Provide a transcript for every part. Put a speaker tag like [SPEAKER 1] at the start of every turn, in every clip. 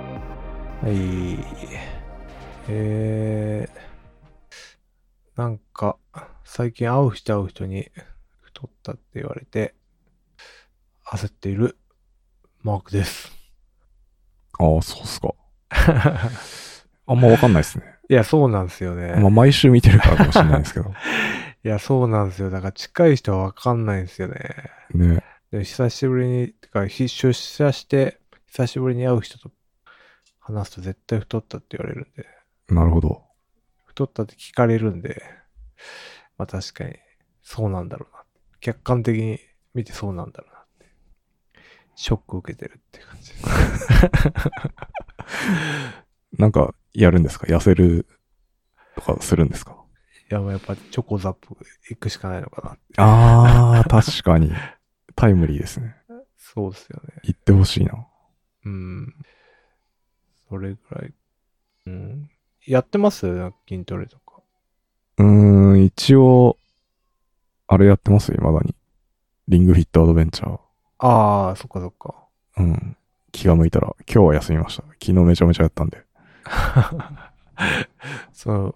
[SPEAKER 1] はい。えー、なんか、最近会う人会う人に太ったって言われて、焦っているマークです。
[SPEAKER 2] ああ、そうっすか。あんまわかんないっす ね。
[SPEAKER 1] いや、そうなんですよね。
[SPEAKER 2] まあ、毎週見てるからかもしれないです けど。
[SPEAKER 1] いや、そうなんですよ。だから近い人はわかんないんですよね。
[SPEAKER 2] ね。
[SPEAKER 1] で久しぶりに、てか、ひ出社して、久しぶりに会う人と話すと絶対太ったって言われるんで、
[SPEAKER 2] なるほど。
[SPEAKER 1] 太ったって聞かれるんで、まあ確かに、そうなんだろうな。客観的に見てそうなんだろうなって。ショック受けてるっていう感じです。
[SPEAKER 2] なんか、やるんですか痩せるとかするんですか
[SPEAKER 1] いや、もうやっぱチョコザップ行くしかないのかなって。
[SPEAKER 2] ああ、確かに。 タイムリーですね。
[SPEAKER 1] そうですよね。
[SPEAKER 2] 行ってほしいな。
[SPEAKER 1] うん。それぐらい。うん。やってます筋トレとか。
[SPEAKER 2] うーん、一応、あれやってますよ、未だに。リングフィットアドベンチャー。
[SPEAKER 1] ああ、そっかそっか。
[SPEAKER 2] うん。気が向いたら、今日は休みました。昨日めちゃめちゃやったんで。
[SPEAKER 1] その、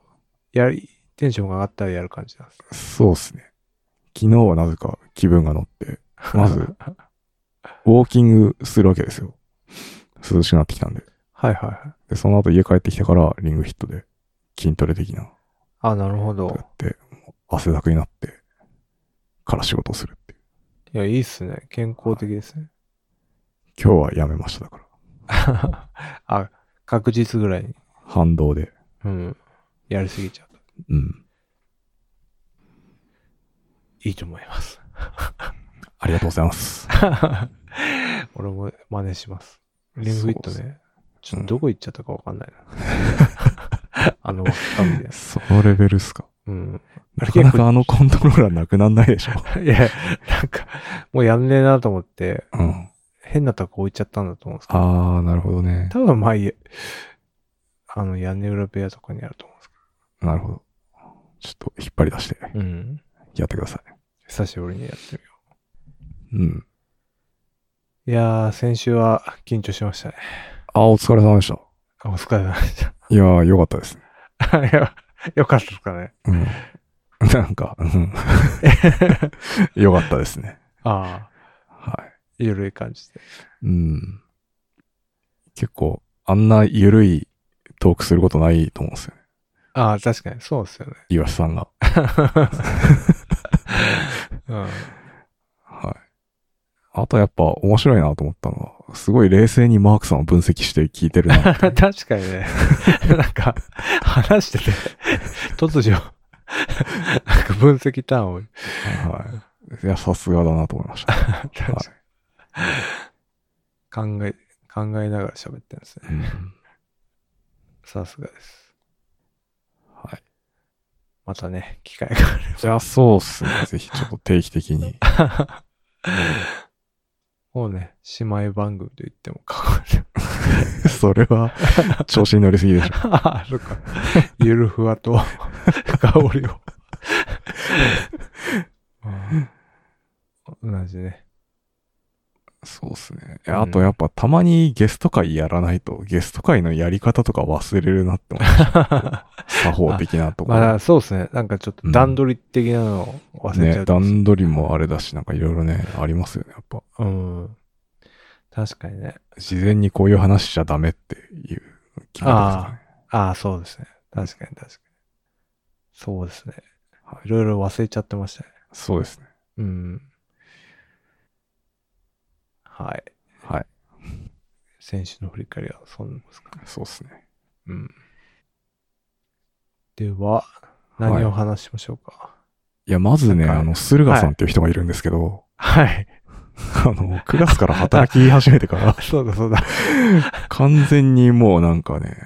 [SPEAKER 1] やり、テンションが上がったらやる感じなんです。
[SPEAKER 2] そうっすね。昨日はなぜか気分が乗って、ま ずウォーキングするわけですよ。涼しくなってきたんで。
[SPEAKER 1] はいはいはい。
[SPEAKER 2] で、その後家帰ってきてからリングヒットで筋トレ的な
[SPEAKER 1] ああ、なるほ
[SPEAKER 2] こと
[SPEAKER 1] ど
[SPEAKER 2] や。って、もう汗だくになってから仕事をするっていう。
[SPEAKER 1] いや、いいっすね。健康的ですね。
[SPEAKER 2] 今日はやめましただから。
[SPEAKER 1] あ、確実ぐらいに。
[SPEAKER 2] 反動で。
[SPEAKER 1] うん。やりすぎちゃうと。
[SPEAKER 2] うん。
[SPEAKER 1] いいと思います。
[SPEAKER 2] ありがとうございます。
[SPEAKER 1] 俺も真似します。リングフィット
[SPEAKER 2] そうっ
[SPEAKER 1] ね。ちょっとどこ行っちゃったかわかんないな。あの輪っかみた いな。
[SPEAKER 2] そのレベルっすか。
[SPEAKER 1] うん。
[SPEAKER 2] なかなかあのコントローラーなくなんないでしょ。
[SPEAKER 1] いや、なんか、もうやんねえなと思って、
[SPEAKER 2] うん。
[SPEAKER 1] 変なとこ置いちゃったんだと思うんですけど。
[SPEAKER 2] あー、なるほどね。
[SPEAKER 1] 多分まあ、いえあの、屋根裏部屋とかにあると思うんです
[SPEAKER 2] なるほど。ちょっと引っ張り出して
[SPEAKER 1] けど。うん。
[SPEAKER 2] やってください。
[SPEAKER 1] 久しぶりにやってみよ
[SPEAKER 2] うん。
[SPEAKER 1] う。いやー、先週は緊張しましたね。
[SPEAKER 2] あー、お疲れ様でした。
[SPEAKER 1] お疲れ様でした。
[SPEAKER 2] いやー、よかったですね。
[SPEAKER 1] いや、よかったですかね。
[SPEAKER 2] うん。なん か、うん。よかったですね。
[SPEAKER 1] ああ、
[SPEAKER 2] は
[SPEAKER 1] ゆるい感じで。
[SPEAKER 2] い。うん。結構、あんなゆるいトークすることないと思うんですよね。
[SPEAKER 1] ああ、確かに、そうですよね。
[SPEAKER 2] 岩下さんが。
[SPEAKER 1] うん。
[SPEAKER 2] はい。あとやっぱ面白いなと思ったのは、すごい冷静にマークさんを分析して聞いてるなって。
[SPEAKER 1] 確かにね、 なんか、話してて、突如、なんか分析ターンを、
[SPEAKER 2] はい。いや、さすがだなと思いました。
[SPEAKER 1] 確かに考え、考えながら喋ってるんですね。
[SPEAKER 2] うん
[SPEAKER 1] さすがです。
[SPEAKER 2] はい。
[SPEAKER 1] またね、機会があれば。
[SPEAKER 2] いや、そうっすね。ぜひちょっと定期的に。
[SPEAKER 1] もうね、姉妹番組と言っても過言で
[SPEAKER 2] それは、調子に乗りすぎでしょ。
[SPEAKER 1] はあ、そっか。ゆるふわと深織りを。同じ ね。
[SPEAKER 2] そうっすね。
[SPEAKER 1] うん
[SPEAKER 2] あとやっぱたまにゲスト会やらないと、ゲスト会のやり方とか忘れるなって思う。作法的なところ。
[SPEAKER 1] まあ、そうですね。なんかちょっと段取り的なのを忘れちゃ
[SPEAKER 2] ね、
[SPEAKER 1] うと、
[SPEAKER 2] 段取りもあれだし、なんかいろいろね、ありますよね。やっぱ、
[SPEAKER 1] うん。確かにね。
[SPEAKER 2] 事前にこういう話しちゃダメっていう決め方ですかね。
[SPEAKER 1] ああ、そうですね。確かに確かに。そうですね
[SPEAKER 2] は。
[SPEAKER 1] いろいろ忘れちゃってましたね。
[SPEAKER 2] そうですね。
[SPEAKER 1] うん。はい。
[SPEAKER 2] はい。
[SPEAKER 1] 選手の振り返りはそんなんですか。
[SPEAKER 2] そうっすね。
[SPEAKER 1] うん。では、何を話しましょうか。
[SPEAKER 2] いや、まずね、
[SPEAKER 1] なんか
[SPEAKER 2] あの、駿河さんっていう人がいるんですけど、
[SPEAKER 1] はい。
[SPEAKER 2] あの、クラスから働き始めてから、
[SPEAKER 1] そうだそうだ。
[SPEAKER 2] 完全にもうなんかね、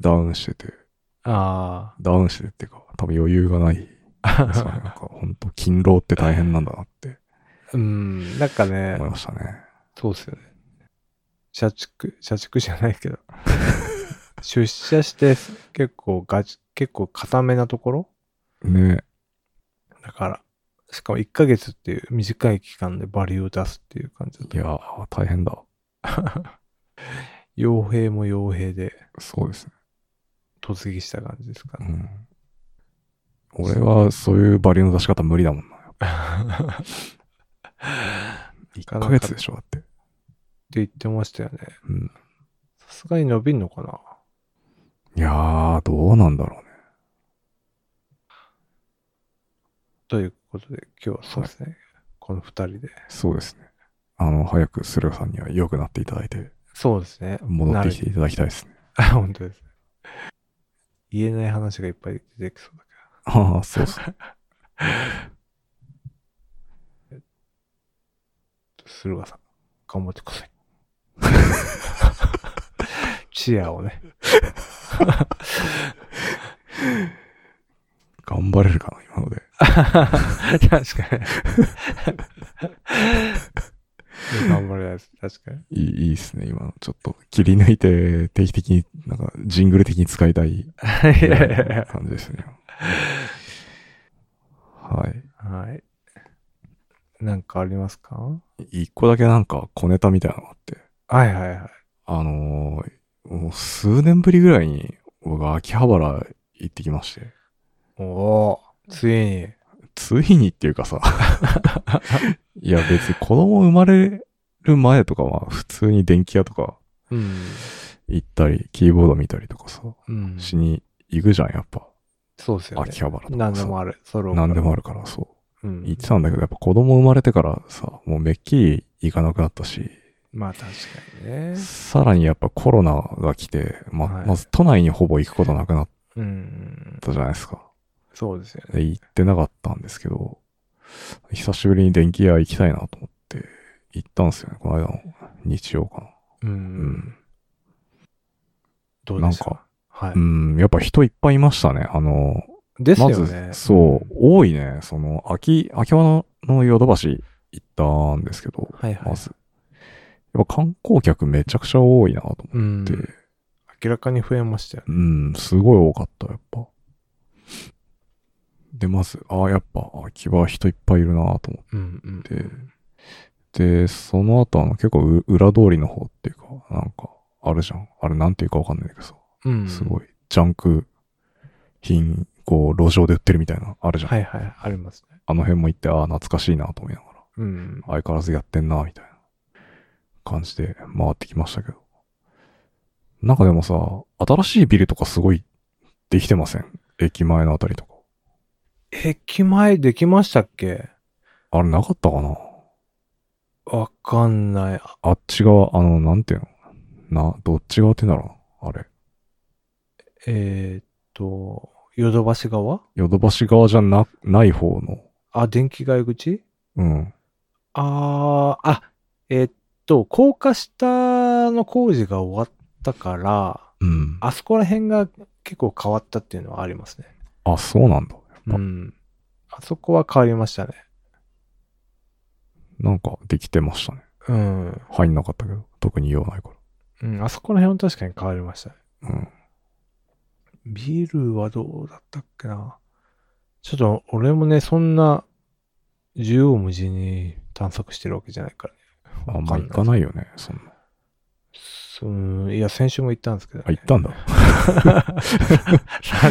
[SPEAKER 2] ダウンしてて、
[SPEAKER 1] あ
[SPEAKER 2] ダウンしてっていうか、多分余裕がない。そう なん
[SPEAKER 1] あ。
[SPEAKER 2] か、本当勤労って大変なんだなって
[SPEAKER 1] うん。なんかね
[SPEAKER 2] 思い、ましたね。
[SPEAKER 1] そうっすよね。社畜、社畜じゃないけど。 出社して結構ガチ、結構固めなところ
[SPEAKER 2] ね
[SPEAKER 1] だから、しかも1ヶ月っていう短い期間でバリューを出すっていう感じだ
[SPEAKER 2] いやー、大変だ。
[SPEAKER 1] と。傭兵も傭兵で
[SPEAKER 2] そうですね。
[SPEAKER 1] 突撃した感じですか
[SPEAKER 2] う
[SPEAKER 1] ね。
[SPEAKER 2] ん。俺はそういうバリューの出し方無理だもんな。1ヶ月でしょ、だって。
[SPEAKER 1] って言ってましたよね。
[SPEAKER 2] うん。
[SPEAKER 1] さすがに伸びんのかない
[SPEAKER 2] やー、どうなんだろうね。
[SPEAKER 1] ということで、今日はそうですね。この二人で。
[SPEAKER 2] そうですね。あの、早く駿河さんには良くなっていただいて、
[SPEAKER 1] そうですね。
[SPEAKER 2] 戻ってきていただきたいですね。
[SPEAKER 1] なる。 本当ですね。言えない話がいっぱい出てきそうだか
[SPEAKER 2] ああ、そうそう。
[SPEAKER 1] ら、駿河さん、頑張ってください。 チアをね。
[SPEAKER 2] 頑張れるかな、今ので。
[SPEAKER 1] 確かに。 頑張れないです。確かに。
[SPEAKER 2] いい、いいっすね、今の。ちょっと切り抜いて、定期的に、なんか、ジングル的に使いたい
[SPEAKER 1] いやいやい や。
[SPEAKER 2] 感じですね。はい。
[SPEAKER 1] はい。なんかありますか
[SPEAKER 2] 一個だけなんか小ネタみたいなのがあって、
[SPEAKER 1] はいはいはい。
[SPEAKER 2] あのーもう数年ぶりぐらいに僕は秋葉原行ってきまして、
[SPEAKER 1] おおついに。
[SPEAKER 2] ついにってい うかさ、いや別に子供生まれる前とかは普通に電気屋とか
[SPEAKER 1] うん。
[SPEAKER 2] 行ったり、キーボード見たりとかさ、
[SPEAKER 1] うん。
[SPEAKER 2] しに行くじゃん、やっぱ。
[SPEAKER 1] そうですよね。
[SPEAKER 2] 秋葉原と
[SPEAKER 1] 何
[SPEAKER 2] か
[SPEAKER 1] で
[SPEAKER 2] さ。
[SPEAKER 1] もある。ソロ。
[SPEAKER 2] 何でも
[SPEAKER 1] あ
[SPEAKER 2] あるから、そう。
[SPEAKER 1] る。うん。
[SPEAKER 2] 行ってたんだけど、やっぱ子供生まれてからさ、もうめっきり行かなくなったし、
[SPEAKER 1] まあ確かにね。
[SPEAKER 2] さらにやっぱコロナが来て、ま、
[SPEAKER 1] はい
[SPEAKER 2] まず都内にほぼ行くことなくなっ
[SPEAKER 1] うん。
[SPEAKER 2] たじゃないですか。
[SPEAKER 1] そうですよね。
[SPEAKER 2] で、行ってなかったんですけど、久しぶりに電気屋行きたいなと思って、行ったんですよね、この間の日曜かな。
[SPEAKER 1] うん。
[SPEAKER 2] うん。
[SPEAKER 1] どうでし
[SPEAKER 2] なん
[SPEAKER 1] かはい。
[SPEAKER 2] うん、やっぱ人いっぱいいましたね。あの、
[SPEAKER 1] ですよ
[SPEAKER 2] ま
[SPEAKER 1] ね。
[SPEAKER 2] ず、そう、多いね。その、秋、秋葉原のヨドバシ行ったんですけど、
[SPEAKER 1] はいはい
[SPEAKER 2] まず、やっぱ観光客めちゃくちゃ多いなと
[SPEAKER 1] う
[SPEAKER 2] 思っ
[SPEAKER 1] ん
[SPEAKER 2] て、。
[SPEAKER 1] 明らかに増えましたよね。
[SPEAKER 2] うん、すごい多かった、やっぱ。で、まず、ああ、やっぱ、秋葉人いっぱいいるなと思
[SPEAKER 1] うんうん。
[SPEAKER 2] でって、でその後、あの、結構う、裏通りの方っていうか、なんか、あるじゃん。あれ、なんていうかわかんないけどさ、
[SPEAKER 1] うん。
[SPEAKER 2] すごい、ジャンク品、こう、路上で売ってるみたいな、あるじゃん。
[SPEAKER 1] はいはい。ありますね。
[SPEAKER 2] あの辺も行って、ああ、懐かしいなと思いながら、
[SPEAKER 1] うん。
[SPEAKER 2] 相変わらずやってんな、みたいな感じで回ってきましたけど。なんかでもさ、新しいビルとかすごいできてません駅前のあたりとか。
[SPEAKER 1] 駅前できましたっけ
[SPEAKER 2] あれなかったかな
[SPEAKER 1] わかんない。あ
[SPEAKER 2] あっち側、あの、なんていうのな、どっち側って言うんだろうなあれ。
[SPEAKER 1] えーっと、ヨドバシ側
[SPEAKER 2] ヨドバシ側じゃな、ない方の。
[SPEAKER 1] あ、電気街口
[SPEAKER 2] うん。
[SPEAKER 1] あー、あ、えっと、高架下の工事が終わったから、
[SPEAKER 2] うん。あ、
[SPEAKER 1] あそこら辺が結構変わったっていうのはありますね。
[SPEAKER 2] そうなんだ。や
[SPEAKER 1] う
[SPEAKER 2] っ
[SPEAKER 1] ん。あそこは変わりましたね。
[SPEAKER 2] ぱ、なんかできてましたね。
[SPEAKER 1] うん。
[SPEAKER 2] 入んなかったけど、特に言わないか
[SPEAKER 1] うん、あそこら辺は確かに変わりましたね。
[SPEAKER 2] ら。うん。
[SPEAKER 1] ビルはどうだったっけな。ちょっと俺もね、そんな縦横無尽に探索してるわけじゃないからね。
[SPEAKER 2] あんま行かないよね、そんな。
[SPEAKER 1] すうん、いや、先週も行ったんですけど、
[SPEAKER 2] あ、行ったんだ。
[SPEAKER 1] 三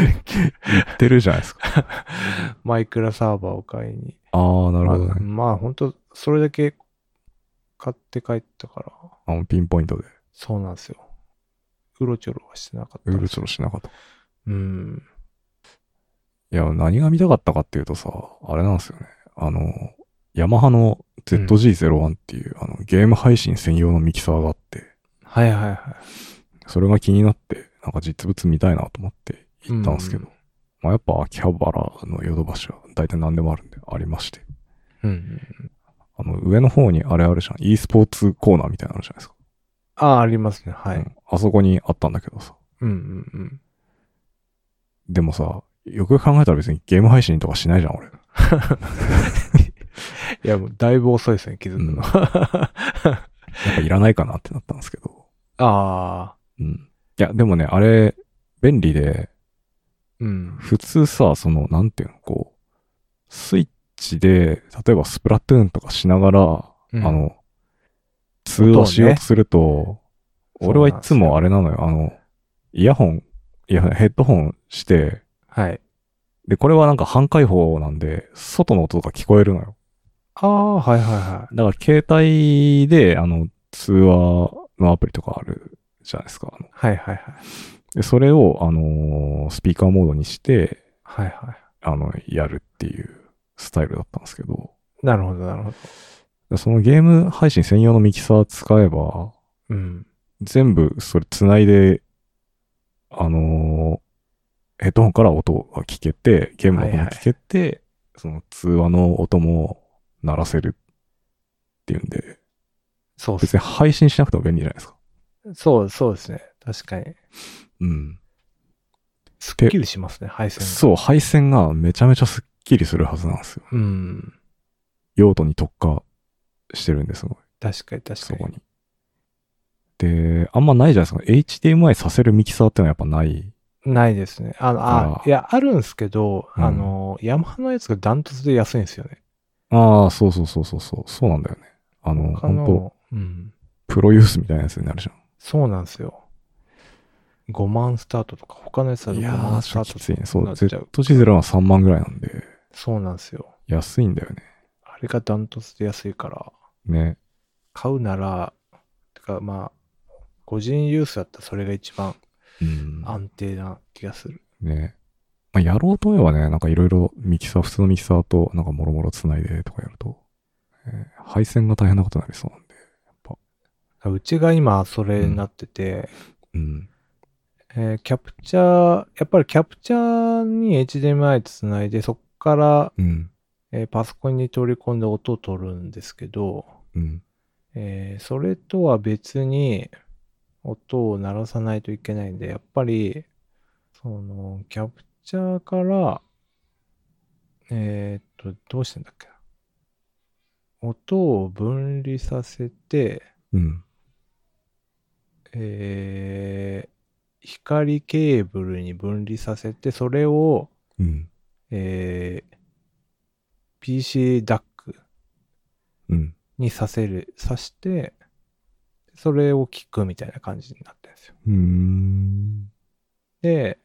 [SPEAKER 1] 連休
[SPEAKER 2] 行ってるじゃないですか。
[SPEAKER 1] マイクラサーバーを買いに。
[SPEAKER 2] ああ、なるほど
[SPEAKER 1] まあ、
[SPEAKER 2] ね。
[SPEAKER 1] まあ本当それだけ買って帰ったから、
[SPEAKER 2] あの、ピンポイントで、
[SPEAKER 1] そうなんですよ。うろちょろはしてなかった
[SPEAKER 2] うんる
[SPEAKER 1] です
[SPEAKER 2] ちょろしなかった。
[SPEAKER 1] うん。
[SPEAKER 2] いや、何が見たかったかっていうとさ、あれなんですよね。あの、ヤマハの ZG01 っていう、あの、ゲーム配信専用のミキサーがあって、
[SPEAKER 1] はいはいはい。
[SPEAKER 2] それが気になって、なんか実物見たいなと思って行ったんですけど、まあやっぱ秋葉原のヨドバシは大体何でもあるんで、ありまして。
[SPEAKER 1] うんうん。
[SPEAKER 2] あの、上の方にあれあるじゃん、e スポーツコーナーみたいなのあるじゃないですか。
[SPEAKER 1] ああ、ありますね。はい。う
[SPEAKER 2] うんんあそこにあったんだけどさ。
[SPEAKER 1] うんうん。
[SPEAKER 2] でもさ、よくよく考えたら別にゲーム配信とかしないじゃん、俺。
[SPEAKER 1] いや、もうだいぶ遅いですね、気づくの。
[SPEAKER 2] うん
[SPEAKER 1] あ
[SPEAKER 2] なんかいらないかなってなったんですけど。
[SPEAKER 1] あ。
[SPEAKER 2] うん。いや、でもね、あれ、便利で、
[SPEAKER 1] うん。
[SPEAKER 2] 普通さ、その、なんていうの、こう、スイッチで、例えばスプラトゥーンとかしながら、
[SPEAKER 1] うん
[SPEAKER 2] あの、通話しようとすると、俺はいつもあ
[SPEAKER 1] れ。
[SPEAKER 2] れなのよ、あの、イヤホン、イヤホン、ヘッドホンして、
[SPEAKER 1] はい。
[SPEAKER 2] で、これはなんか半開放なんで、外の音とか聞こえるのよ。
[SPEAKER 1] ああ、はいはいは
[SPEAKER 2] だから携帯で、あの、通話のアプリとかあるじゃないですか。あの
[SPEAKER 1] い。はいはいはい。
[SPEAKER 2] でそれを、あのースピーカーモードにして、
[SPEAKER 1] はいは
[SPEAKER 2] あの、やるっていうスタイルだったんですけど、
[SPEAKER 1] い。なるほどなるほど。
[SPEAKER 2] そのゲーム配信専用のミキサー使えば、
[SPEAKER 1] うん。
[SPEAKER 2] 全部それ繋いで、あのーヘッドホンから音が聞けて、ゲームの音も聞けて、その通話の音も鳴らせるっていうんで、
[SPEAKER 1] そうっす
[SPEAKER 2] 別に配信しなくても便利じゃないですか。
[SPEAKER 1] そう、そうですね。確かに。
[SPEAKER 2] うん。
[SPEAKER 1] すっきりしますね、配線が。
[SPEAKER 2] そう、配線がめちゃめちゃスッキリするはずなんですよ。
[SPEAKER 1] うん。
[SPEAKER 2] 用途に特化してるんですごい、
[SPEAKER 1] 確かに確か
[SPEAKER 2] そ
[SPEAKER 1] に
[SPEAKER 2] こ。に。で、あんまないじゃないですか。HDMI させるミキサーってのはやっぱない。
[SPEAKER 1] ないですね。あの、あ
[SPEAKER 2] あ、ー
[SPEAKER 1] いや、あるんすけど、
[SPEAKER 2] うん
[SPEAKER 1] あの、ヤマハのやつがダントツで安いんですよね。
[SPEAKER 2] ああ、そうそうそうそうそう、そうなんだよね。あの、
[SPEAKER 1] 他
[SPEAKER 2] 本当
[SPEAKER 1] の、うん。
[SPEAKER 2] プロユースみたいなやつになるじ
[SPEAKER 1] そうなんですよ。5万スタートとか、他のやつ
[SPEAKER 2] ゃ
[SPEAKER 1] は
[SPEAKER 2] ん。
[SPEAKER 1] 6
[SPEAKER 2] いや
[SPEAKER 1] 万
[SPEAKER 2] ー、
[SPEAKER 1] ス
[SPEAKER 2] ちょ
[SPEAKER 1] タ
[SPEAKER 2] っ
[SPEAKER 1] ー
[SPEAKER 2] と
[SPEAKER 1] トと
[SPEAKER 2] きつ
[SPEAKER 1] か
[SPEAKER 2] いね。そう、
[SPEAKER 1] なっちゃう
[SPEAKER 2] ZG0 は3万ぐらいなんで、
[SPEAKER 1] そうなんですよ。
[SPEAKER 2] 安いんだよね。
[SPEAKER 1] あれがダントツで安いから、
[SPEAKER 2] ね。
[SPEAKER 1] 買うなら、てかまあ、個人ユースだったらそれが一番
[SPEAKER 2] うん。
[SPEAKER 1] 安定な気がする。
[SPEAKER 2] ね。まあ、やろうと思えばね、なんかいろいろミキサー、普通のミキサーとなんかもろもろつないでとかやると、えー配線が大変なことになりそうなんで。
[SPEAKER 1] うちが今、それになってて、
[SPEAKER 2] うん。
[SPEAKER 1] えーキャプチャー、やっぱりキャプチャーに HDMI つないで、そこから、
[SPEAKER 2] うん。
[SPEAKER 1] えーパソコンに取り込んで音を取るんですけど、
[SPEAKER 2] うん。
[SPEAKER 1] えーそれとは別に音を鳴らさないといけないんで、やっぱり、その、キャプチャーから、えーっと、どうしてんだっけな。音を分離させて、
[SPEAKER 2] うん。
[SPEAKER 1] えー光ケーブルに分離させて、それを、
[SPEAKER 2] うん。
[SPEAKER 1] えー PC ダック
[SPEAKER 2] うん。
[SPEAKER 1] にさせる、さして、それを聞くみたいな感じになってるんですよ。
[SPEAKER 2] うーん。
[SPEAKER 1] で、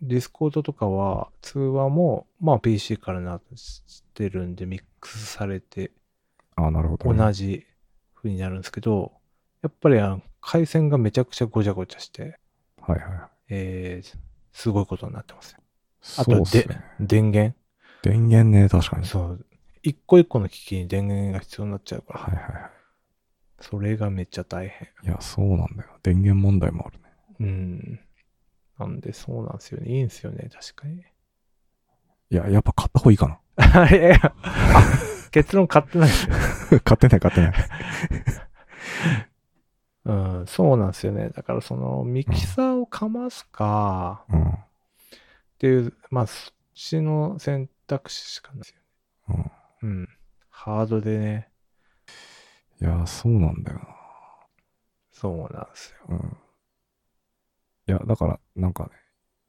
[SPEAKER 1] ディスコードとかは通話も、まあ PC からなってるんでミックスされて
[SPEAKER 2] ああ、なるほど、ね。
[SPEAKER 1] 同じ風になるんですけど、やっぱりあの回線がめちゃくちゃごちゃごちゃして、
[SPEAKER 2] はいはいはい。
[SPEAKER 1] えーすごいことになってますね。あ
[SPEAKER 2] そ
[SPEAKER 1] と
[SPEAKER 2] うっす
[SPEAKER 1] で、
[SPEAKER 2] ね。
[SPEAKER 1] 電源
[SPEAKER 2] 電源ね、確かに。
[SPEAKER 1] そう。一個一個の機器に電源が必要になっちゃうから、
[SPEAKER 2] はいはいはい。
[SPEAKER 1] それがめっちゃ大変。
[SPEAKER 2] いや、そうなんだよ。電源問題もあるね。
[SPEAKER 1] うん。なんで、そうなんですよね。いいんですよね、確かに。
[SPEAKER 2] いや、やっぱ買った方がいいかな。
[SPEAKER 1] あれ、あ結論買ってないですよ。
[SPEAKER 2] 買ってない、買ってない。
[SPEAKER 1] うん、そうなんですよね。だから、その、ミキサーをかますか、
[SPEAKER 2] うん。
[SPEAKER 1] っていう、まあ、そっちの選択肢しかないですよね。
[SPEAKER 2] うん、い
[SPEAKER 1] うん。ハードでね、
[SPEAKER 2] や、そうなんだよ
[SPEAKER 1] そうなんですよ。
[SPEAKER 2] な。うん。いや、だから、なんかね、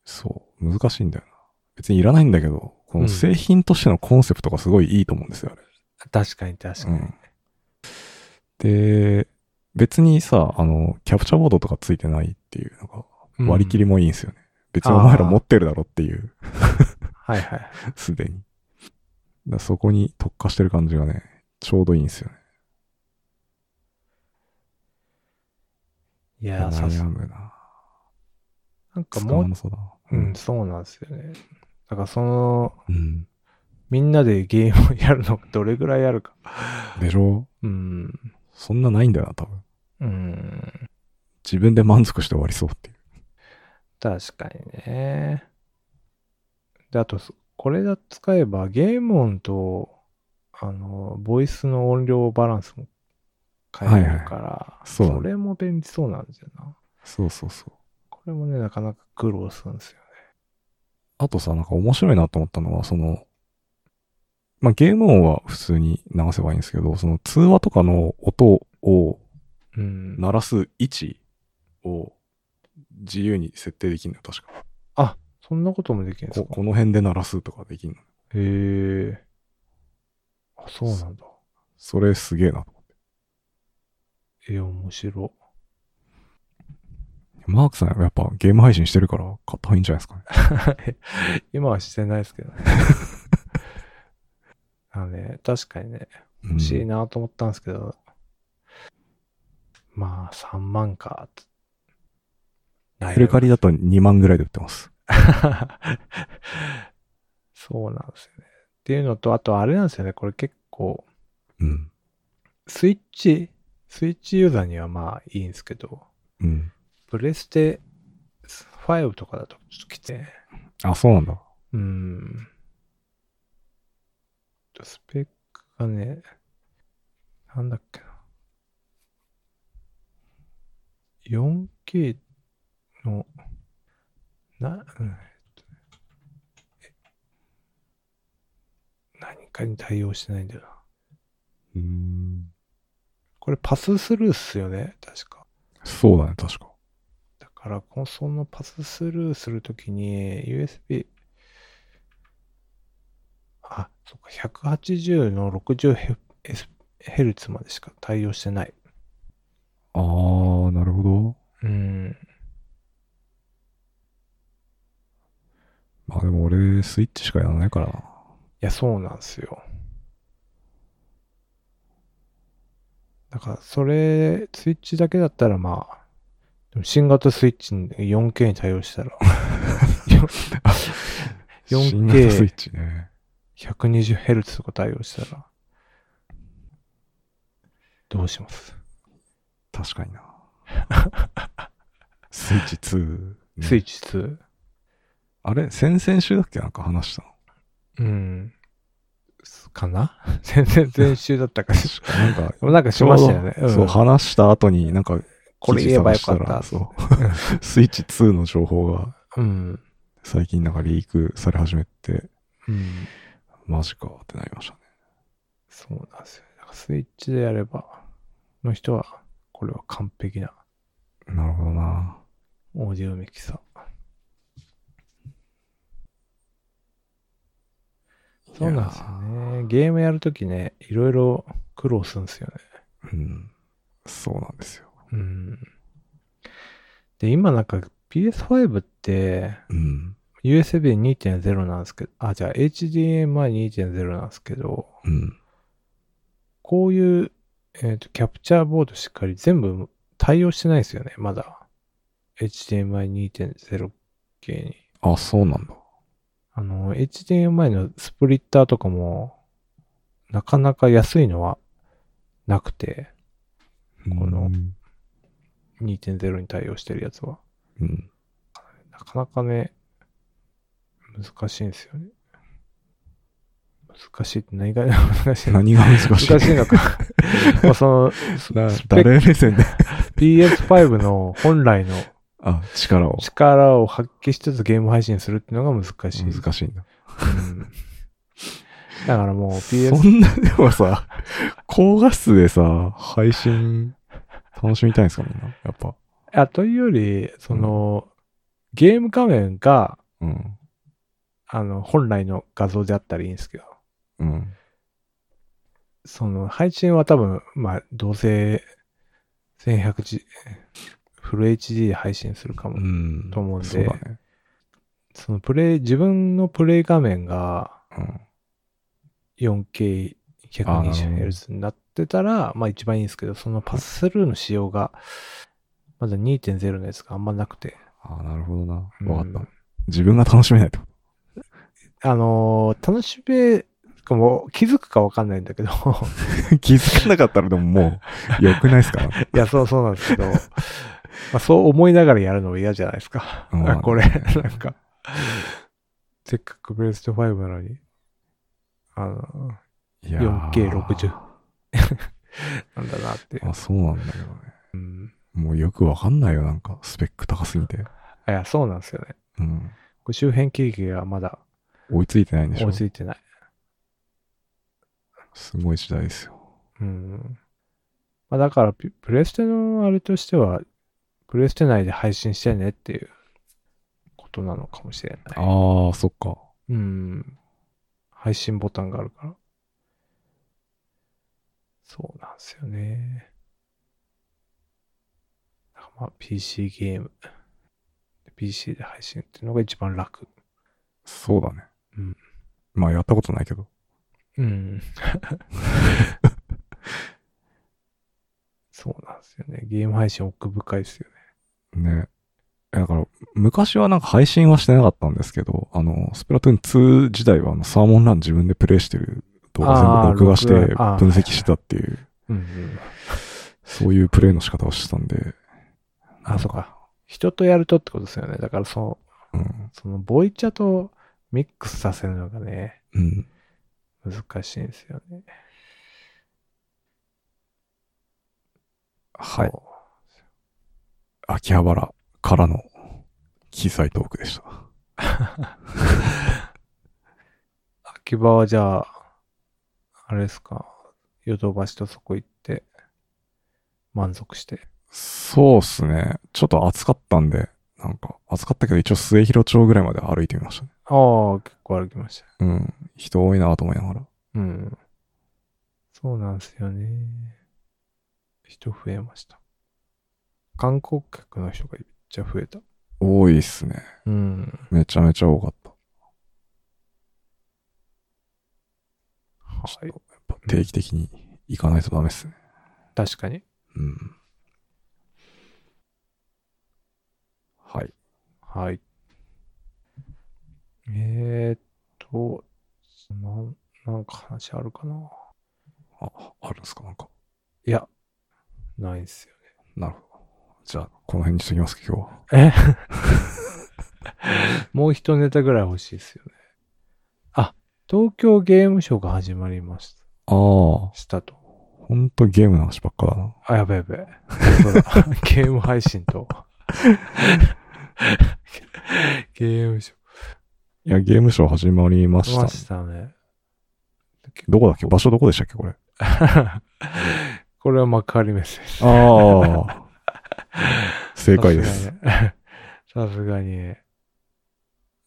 [SPEAKER 2] そう、難しいんだよな。別にいらないんだけど、
[SPEAKER 1] う
[SPEAKER 2] こ
[SPEAKER 1] ん
[SPEAKER 2] の製品としてのコンセプトがすごいいいと思うんですよ、あれ。
[SPEAKER 1] 確かに、確かに。
[SPEAKER 2] うん。で、別にさ、あの、キャプチャーボードとかついてないっていう、なんか、
[SPEAKER 1] うん
[SPEAKER 2] 割り切りもいいんですよね。別に
[SPEAKER 1] あ
[SPEAKER 2] お
[SPEAKER 1] ー
[SPEAKER 2] 前ら持ってるだろっていう。
[SPEAKER 1] はいはい。
[SPEAKER 2] すでに。だからそこに特化してる感じがね、ちょうどいいんですよね。
[SPEAKER 1] いや、さす
[SPEAKER 2] 悩むな。
[SPEAKER 1] なんか
[SPEAKER 2] 使
[SPEAKER 1] も
[SPEAKER 2] わ
[SPEAKER 1] う
[SPEAKER 2] なそうだ。
[SPEAKER 1] うん、。そうなんですよね。だからその、
[SPEAKER 2] うん。
[SPEAKER 1] みんなでゲームをやるのがどれぐらいあるか。
[SPEAKER 2] でしょ
[SPEAKER 1] うん。
[SPEAKER 2] そんなないんだよな、多分。
[SPEAKER 1] うん。
[SPEAKER 2] 自分で満足して終わりそうっていう。
[SPEAKER 1] 確かにね。で、あと、そこれだ使えばゲーム音と、あの、ボイスの音量バランスも変えれるから、
[SPEAKER 2] そうだね
[SPEAKER 1] れも便利そうなんですよな。
[SPEAKER 2] そうそうそう。
[SPEAKER 1] これもね、なかなか苦労するんですよね。
[SPEAKER 2] あとさ、なんか面白いなと思ったのは、その、まあ、ゲーム音は普通に流せばいいんですけど、その通話とかの音を
[SPEAKER 1] うん。
[SPEAKER 2] 鳴らす位置を自由に設定できるのよ、確か。
[SPEAKER 1] あ、そんなこともできるんです
[SPEAKER 2] こ
[SPEAKER 1] か
[SPEAKER 2] この辺で鳴らすとかできるの。
[SPEAKER 1] へえ。あ、そうなんだ。
[SPEAKER 2] それすげえなと思って。
[SPEAKER 1] えー、面白。
[SPEAKER 2] マークさん、やっぱゲーム配信してるから買った方がいいんじゃないですかね。
[SPEAKER 1] 今はしてないですけどね。あのね、確かにね、
[SPEAKER 2] うん
[SPEAKER 1] 欲しいなと思ったんですけど、まあ、3万か。ない
[SPEAKER 2] フレカリだと2万ぐらいで売ってます。
[SPEAKER 1] そうなんですよね。っていうのと、あとあれなんですよね、これ結構、
[SPEAKER 2] うん。
[SPEAKER 1] スイッチ、スイッチユーザーにはまあいいんですけど、
[SPEAKER 2] うん。
[SPEAKER 1] プレステ5とかだとちょっときついね。
[SPEAKER 2] あ、そうなんだ。
[SPEAKER 1] うん。スペックがね、なんだっけな。4K の、な、うんえっとねえ何かに対応してないんだよな。
[SPEAKER 2] うん。
[SPEAKER 1] これパススルーっすよね、確か。
[SPEAKER 2] そうだね、確か。
[SPEAKER 1] だから、コンソールのパススルーするときに、USB、あ、そっか、180の 60Hz までしか対応してない。
[SPEAKER 2] あー、なるほど。
[SPEAKER 1] うん。
[SPEAKER 2] まあでも俺、スイッチしかやらないからな。
[SPEAKER 1] いや、そうなんですよ。だから、それ、スイッチだけだったら、まあ、でも新型スイッチに 4K に対応したら、4K
[SPEAKER 2] 新型スイッチね。
[SPEAKER 1] 120Hz とか対応したら、どうします
[SPEAKER 2] 確か にな。スイッチ2、ね
[SPEAKER 1] スイッチ2。
[SPEAKER 2] あれ先々週だっけなんか話 した
[SPEAKER 1] う
[SPEAKER 2] の。
[SPEAKER 1] ん。すかな 全然前週だったかし
[SPEAKER 2] 確かなんか、
[SPEAKER 1] ら。なんか しましたよね。
[SPEAKER 2] ちょうどそう、
[SPEAKER 1] ん、
[SPEAKER 2] 話した後になんか、
[SPEAKER 1] これ言えばよかった。
[SPEAKER 2] 記事探したらそう。スイッチ2の情報が
[SPEAKER 1] うん。
[SPEAKER 2] 最近なんかリークされ始めて、
[SPEAKER 1] うん。
[SPEAKER 2] マジかってなりましたね。
[SPEAKER 1] そうなんですよ。だからスイッチでやれば、の人は、これは完璧な
[SPEAKER 2] なるほどな。
[SPEAKER 1] オーディオミキサー。そうなんですよね。ゲームやるときね、いろいろ苦労するんですよね。
[SPEAKER 2] うん。そうなんですよ。
[SPEAKER 1] うん。で、今なんか PS5 って、
[SPEAKER 2] うん。
[SPEAKER 1] USB2.0 なんですけど、あ、じゃあ HDMI2.0 なんですけど、
[SPEAKER 2] うん。
[SPEAKER 1] こういう、えっとキャプチャーボードしっかり全部対応してないですよね、まだ。HDMI2.0 系に。
[SPEAKER 2] あ、そうなんだ。
[SPEAKER 1] あの、HDMI のスプリッターとかも、なかなか安いのはなくて、この
[SPEAKER 2] うん
[SPEAKER 1] 2.0に対応してるやつは。
[SPEAKER 2] うん。
[SPEAKER 1] なかなかね、難しいんですよね。難しいって何が難しいの
[SPEAKER 2] 何が難しい
[SPEAKER 1] 難しいの か。まあその、ス
[SPEAKER 2] な
[SPEAKER 1] スペック
[SPEAKER 2] 誰目線で
[SPEAKER 1] PS5 の本来の
[SPEAKER 2] あ、力を。
[SPEAKER 1] 力を発揮しつつゲーム配信するっていうのが難しい。
[SPEAKER 2] 難しいんだ。
[SPEAKER 1] うんだからもう
[SPEAKER 2] そ
[SPEAKER 1] PS、
[SPEAKER 2] んな、でもさ、 高画質でさ、配信、楽しみたいんですか、みんな。やっぱ。
[SPEAKER 1] あ、というより、その、ゲーム画面が、
[SPEAKER 2] うん。
[SPEAKER 1] あの、本来の画像であったらいいんですけど、
[SPEAKER 2] うん。
[SPEAKER 1] その配信は多分、まあ、どうせ 1100G、フル HD で配信するかも。
[SPEAKER 2] うん。
[SPEAKER 1] と思うんで
[SPEAKER 2] そうだね。
[SPEAKER 1] そのプレイ、自分のプレイ画面が
[SPEAKER 2] うん。あなるほど
[SPEAKER 1] 4K120Hz になってたら、まあ一番いいんですけど、そのパススルーの仕様が、まだ2.0のやつがあんまなくて。
[SPEAKER 2] あなるほどな。
[SPEAKER 1] うん
[SPEAKER 2] わかった。自分が楽しめないってこ
[SPEAKER 1] あのー楽しめ、かも気づくかわかんないんだけど、
[SPEAKER 2] と。気づかなかったらでもも う、良くないですか
[SPEAKER 1] いや、そうそうなんですけ ど、まあそう思いながらやるのも嫌じゃないですか。
[SPEAKER 2] うん
[SPEAKER 1] あ これ、なんか、せっかくプレステ5なのに、あの、
[SPEAKER 2] いやー
[SPEAKER 1] 4K60 なんだなって。
[SPEAKER 2] あ、そうなんだけどね。
[SPEAKER 1] うん、
[SPEAKER 2] もうよくわかんないよ、なんか、スペック高すぎて。
[SPEAKER 1] いや、そうなんですよね。
[SPEAKER 2] うん。
[SPEAKER 1] これ周辺機器がまだ
[SPEAKER 2] 追いついてないんでし
[SPEAKER 1] 追
[SPEAKER 2] ょ
[SPEAKER 1] いついてない。
[SPEAKER 2] すごい時代ですよ。
[SPEAKER 1] うん。まあ、だからピ、プレステのあれとしては、プレステ内で配信してねっていうことなのかもしれない。
[SPEAKER 2] ああ、そっか。
[SPEAKER 1] うん。配信ボタンがあるから。そうなんですよね。だからあ、PC ゲーム。PC で配信っていうのが一番楽。
[SPEAKER 2] そうだね。
[SPEAKER 1] うん。
[SPEAKER 2] まあ、やったことないけど。
[SPEAKER 1] うん。そうなんですよね。ゲーム配信奥深いですよね。
[SPEAKER 2] ね。だから、昔はなんか配信はしてなかったんですけど、あの、スプラトゥーン2時代はあの、サーモンラン自分でプレイしてる動画全
[SPEAKER 1] あー
[SPEAKER 2] 部録画して
[SPEAKER 1] 録画あー
[SPEAKER 2] 分析してたっていう、
[SPEAKER 1] うん、うん。
[SPEAKER 2] そういうプレイの仕方をしてたんで。
[SPEAKER 1] あ、そうか。人とやるとってことですよね。だからその、
[SPEAKER 2] うん。
[SPEAKER 1] そのボイチャとミックスさせるのがね、
[SPEAKER 2] うん。
[SPEAKER 1] 難しいんですよね。
[SPEAKER 2] はい
[SPEAKER 1] そ。う。
[SPEAKER 2] 秋葉原からの機材トークでした。
[SPEAKER 1] 秋葉はじゃあ、あれですか、ヨドバシとそこ行って、満足して。
[SPEAKER 2] そうっすね。ちょっと暑かったんで、なんか、暑かったけど一応末広町ぐらいまで歩いてみましたね。
[SPEAKER 1] ああ、結構歩きました。
[SPEAKER 2] うん。人多いなと思いながら。
[SPEAKER 1] うん。そうなんですよね。人増えました。観光客の人がめっちゃ増えた。
[SPEAKER 2] 多いっすね。
[SPEAKER 1] うん。
[SPEAKER 2] めちゃめちゃ多かった。
[SPEAKER 1] はい。
[SPEAKER 2] やっぱ定期的に行かないとダメっすね。
[SPEAKER 1] 確かに。
[SPEAKER 2] うん。はい。
[SPEAKER 1] はい。えー、っと、なん、なんか話あるかな
[SPEAKER 2] あ、あるんですかなんか。
[SPEAKER 1] いや、ないんすよ
[SPEAKER 2] なるほど。じゃあ、この辺にしときますか、今日は。
[SPEAKER 1] えもう一ネタぐらい欲しいですよね。あ、東京ゲームショウが始まりまし
[SPEAKER 2] ああ、
[SPEAKER 1] したと。
[SPEAKER 2] ほんとゲームの話ばっかだな。
[SPEAKER 1] あ、やべやべ。 そうだゲーム配信と。 ゲームショ
[SPEAKER 2] いや、ゲームショー始まりまし
[SPEAKER 1] ウ。
[SPEAKER 2] た
[SPEAKER 1] ま
[SPEAKER 2] ね。
[SPEAKER 1] したね。
[SPEAKER 2] どこだっけ場所どこでしたっけ これ。
[SPEAKER 1] これは幕張メッセです。
[SPEAKER 2] ああ。正解です。
[SPEAKER 1] さすがに。さすがに。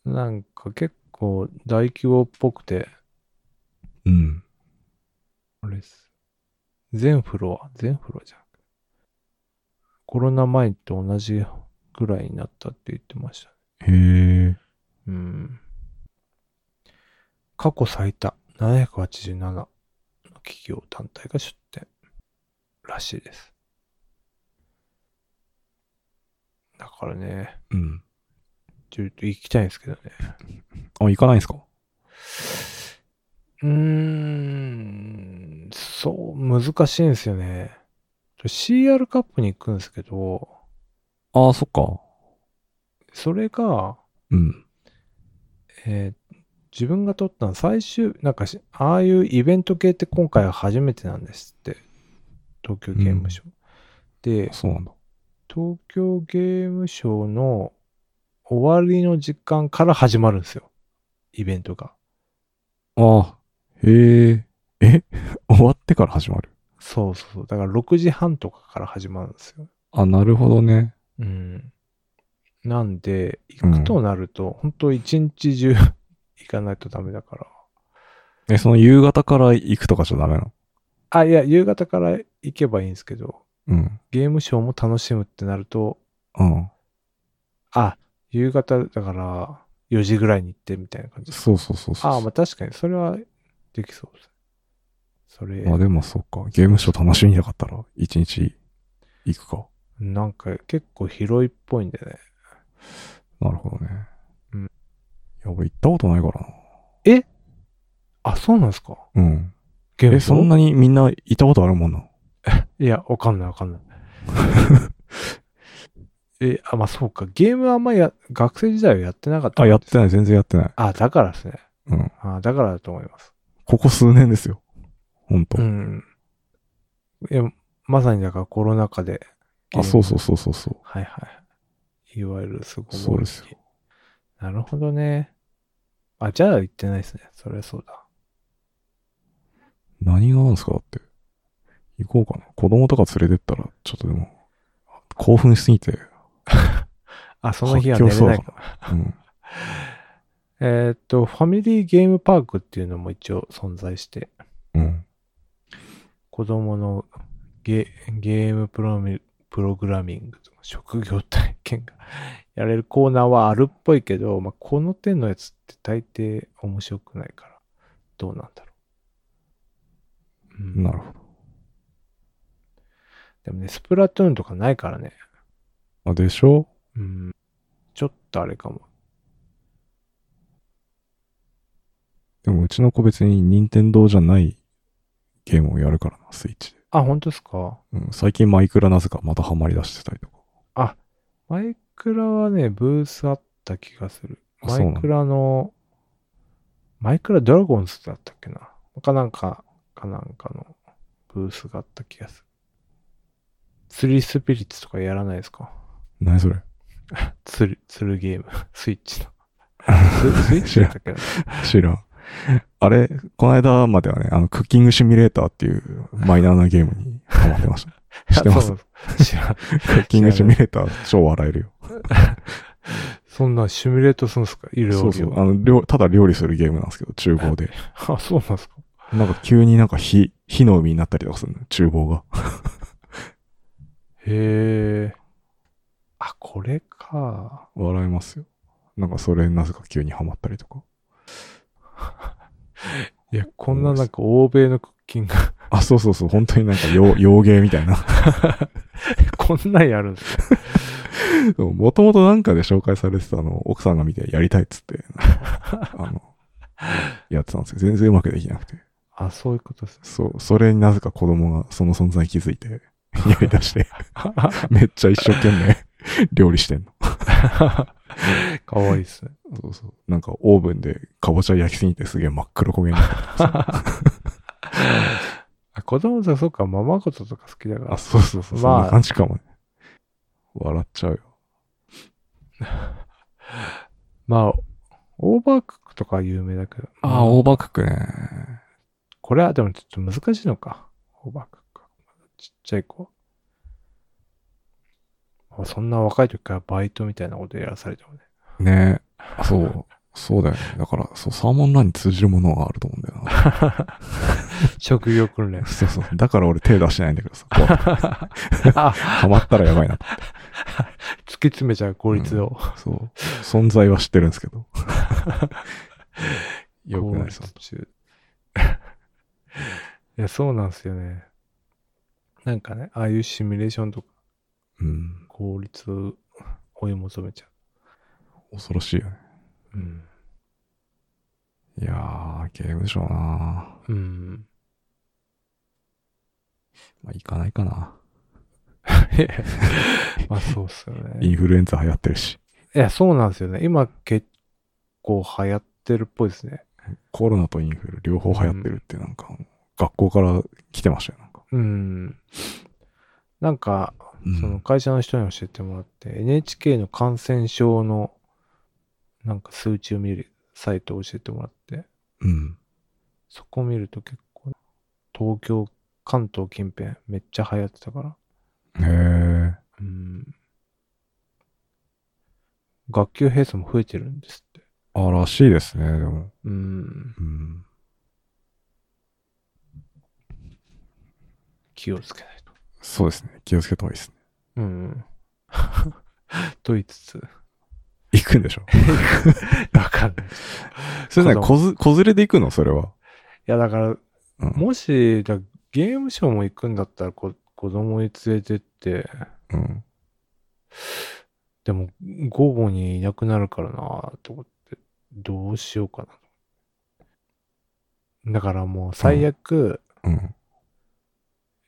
[SPEAKER 1] なんか結構大規模っぽくて、
[SPEAKER 2] うん。
[SPEAKER 1] あれです。全フロア全フロアじゃん。コロナ前と同じぐらいになったって言ってました。
[SPEAKER 2] へえ。
[SPEAKER 1] うん。過去最多787の企業団体が出展らしいです。だからね、
[SPEAKER 2] うん。
[SPEAKER 1] ちょっと行きたいんですけどね。
[SPEAKER 2] あ、行かないんすか
[SPEAKER 1] うーん、そう、難しいんですよね。CR カップに行くんですけど、
[SPEAKER 2] ああ、そっか。
[SPEAKER 1] それが、
[SPEAKER 2] うん。
[SPEAKER 1] えー自分が撮ったの最終、なんかし、ああいうイベント系って今回は初めてなんですって。東京ゲームショウ。で、
[SPEAKER 2] そうなんだ。
[SPEAKER 1] 東京ゲームショウの終わりの時間から始まるんですよ。イベントが。
[SPEAKER 2] ああ。へえ。え 終わってから始まる。
[SPEAKER 1] そうそうそう。だから6時半とかから始まるんですよ。
[SPEAKER 2] あ、なるほどね。
[SPEAKER 1] うん。なんで、行くとなると、本当一日中 行かないとダメだから。
[SPEAKER 2] え、その夕方から行くとかじゃダメなの
[SPEAKER 1] あ、いや、夕方から行けばいいんですけど、
[SPEAKER 2] うん。
[SPEAKER 1] ゲームショーも楽しむってなると、
[SPEAKER 2] うん。
[SPEAKER 1] あ、夕方だから4時ぐらいに行ってみたいな感じです。
[SPEAKER 2] そうそうそうそう。
[SPEAKER 1] ああ、まあ確かにそれはできそうです。それ、
[SPEAKER 2] まあでもそっか。ゲームショー楽しみなかったら、一日行くか。
[SPEAKER 1] なんか結構広いっぽいんでね。
[SPEAKER 2] なるほどね。
[SPEAKER 1] うん
[SPEAKER 2] いや、俺行ったことないから
[SPEAKER 1] あ、そうなんですか
[SPEAKER 2] な。うん。
[SPEAKER 1] ゲーム
[SPEAKER 2] え、そんなにみんな行ったことあるもんな。
[SPEAKER 1] いや、わかんないわかん ない。え、あ、まあそうか。ゲームはあんまや、学生時代はやってなかった
[SPEAKER 2] あ、やって
[SPEAKER 1] い。
[SPEAKER 2] ない。全然やってない。
[SPEAKER 1] あ、だからですね。
[SPEAKER 2] うん。
[SPEAKER 1] あだからだと思います。
[SPEAKER 2] ここ数年ですよ。ほんと。
[SPEAKER 1] うん。いや、まさにだからコロナ禍で。
[SPEAKER 2] あ、そう
[SPEAKER 1] う
[SPEAKER 2] そうそうそうそう。
[SPEAKER 1] はいはい。いわゆるすごい。
[SPEAKER 2] そうですよ。
[SPEAKER 1] なるほどね。あ、じゃあ言ってないですね。それはそうだ。
[SPEAKER 2] 何があるんですかだって。行こうかな。子供とか連れてったら、ちょっとでも、興奮しすぎて。
[SPEAKER 1] あ、その日は寝れない
[SPEAKER 2] 発狂しそうだ
[SPEAKER 1] か。
[SPEAKER 2] うん。
[SPEAKER 1] えーっと、ファミリーゲームパークっていうのも一応存在して、
[SPEAKER 2] うん。
[SPEAKER 1] 子供のゲゲームプロミプログラミングとか職業体験が やれるコーナーはあるっぽいけど、まあ、この手のやつって大抵面白くないから、どうなんだろう。うん
[SPEAKER 2] なるほ
[SPEAKER 1] でもね、スプラトゥーンとかないからね。
[SPEAKER 2] ど。あでしょ
[SPEAKER 1] うん。ちょっとあれかも。
[SPEAKER 2] でもうちの子別に任天堂じゃないゲームをやるからな、スイッチで。
[SPEAKER 1] あ、本当ですか
[SPEAKER 2] うん、最近マイクラなぜかまたハマり出してたりとか。
[SPEAKER 1] あ、マイクラはね、ブースあった気がする。
[SPEAKER 2] あ
[SPEAKER 1] マ
[SPEAKER 2] そうなの
[SPEAKER 1] イクラの、マイクラドラゴンズだったっけなかなんか、かなんかのブースがあった気がする。釣りスピリッツとかやらないですか
[SPEAKER 2] 何それ
[SPEAKER 1] 釣る、釣るゲーム。 スイッチの。 ススイッチだったっけな
[SPEAKER 2] 知らん。あれ、この間まではね、あの、クッキングシミュレーターっていうマイナーなゲームにハマって ました。知ってます
[SPEAKER 1] そうなんです知らん。
[SPEAKER 2] クッキングシミュレーター超笑えるよ。
[SPEAKER 1] そんなシミュレートするんですかいろいろ。
[SPEAKER 2] そうそう。あの、料ただ料理するゲームなんですけど、厨房で。
[SPEAKER 1] あ、そうなんですか
[SPEAKER 2] なんか急になんか火、火の海になったりとかするのよ厨房が。
[SPEAKER 1] へえ。あ、これか。
[SPEAKER 2] 笑えますよ。なんかそれなぜか急にハマったりとか。
[SPEAKER 1] いや、こんななんか欧米のクッキング、
[SPEAKER 2] あ、そうそうそう。本当になんか 洋、洋芸みたいな。
[SPEAKER 1] こんなんやるんですね。
[SPEAKER 2] もともとなんかで紹介されてたのを奥さんが見てやりたいっつって、あの、やってたんですよ。全然うまくできなくて。
[SPEAKER 1] あ、そういうことですね。
[SPEAKER 2] そう、それになぜか子供がその存在に気づいて、やり出して、めっちゃ一生懸命料理してんの。
[SPEAKER 1] かわいいですね。
[SPEAKER 2] そうそう。なんかオーブンでかぼちゃ焼きすぎてすげえ真っ黒焦げになった。
[SPEAKER 1] あ子供さん、そうか、ママこととか好きだから
[SPEAKER 2] あ、。そうそうそう。
[SPEAKER 1] まあ
[SPEAKER 2] そんな感じかもね。笑っちゃうよ。
[SPEAKER 1] まあ、オーバークックとかは有名だけど。
[SPEAKER 2] オーバークックね。
[SPEAKER 1] これはでもちょっと難しいのか。オーバークックは。ちっちゃい子は。あそんな若い時からバイトみたいなことやらされても ね。
[SPEAKER 2] ねえ。そう。そうだよね。だから、そう、サーモンランに通じるものがあると思うんだよな。。
[SPEAKER 1] 職業訓練
[SPEAKER 2] そうそう。だから俺手出してないんだけどさ。 怖い
[SPEAKER 1] あ、
[SPEAKER 2] ハマったらやばいな。
[SPEAKER 1] 突き詰めちゃう効率を。
[SPEAKER 2] そう。存在は知ってるんですけ ど。よくない
[SPEAKER 1] で
[SPEAKER 2] です
[SPEAKER 1] す
[SPEAKER 2] よ。
[SPEAKER 1] いや、そうなんですよね。なんかね、ああいうシミュレーションとか
[SPEAKER 2] うん。
[SPEAKER 1] 効率を追い求めちゃ
[SPEAKER 2] 恐ろしいよね。
[SPEAKER 1] う。うん。
[SPEAKER 2] いやー、ゲームショーなー
[SPEAKER 1] うん。
[SPEAKER 2] まあ、行かないか な。
[SPEAKER 1] まあそうっすよ
[SPEAKER 2] イ
[SPEAKER 1] ね。
[SPEAKER 2] ンフルエンザ流行ってるし。
[SPEAKER 1] いや、そうなんですよね。今結構流行ってるっぽいですね。
[SPEAKER 2] コロナとインフル両方流行ってるってなんか、学校から来てましたよ、なんか。
[SPEAKER 1] うん。なんか、
[SPEAKER 2] うん
[SPEAKER 1] その会社の人に教えてもらって、NHK の感染症のなんか数値を見るサイトを教えてもらって、
[SPEAKER 2] うん。
[SPEAKER 1] そこ見ると結構、東京、関東近辺めっちゃ流行ってたから。
[SPEAKER 2] へえ。
[SPEAKER 1] うん。学級閉鎖も増えてるんですって。
[SPEAKER 2] あ、らしいですね、でも。
[SPEAKER 1] うん。
[SPEAKER 2] うん。
[SPEAKER 1] 気をつけないと。
[SPEAKER 2] そうですね。気をつけた方がいいですね。
[SPEAKER 1] うん。 と言いつつ、
[SPEAKER 2] 行く んでしょ
[SPEAKER 1] わかんない。い
[SPEAKER 2] それね、
[SPEAKER 1] 子供
[SPEAKER 2] こず、子連れで行くのそれは。
[SPEAKER 1] や、だから、
[SPEAKER 2] うん
[SPEAKER 1] もし、だゲームショーも行くんだったらこ、子供に連れてって、
[SPEAKER 2] うん。
[SPEAKER 1] でも、午後にいなくなるからなと思って、どうしようかな。だからもう、最悪、
[SPEAKER 2] うん。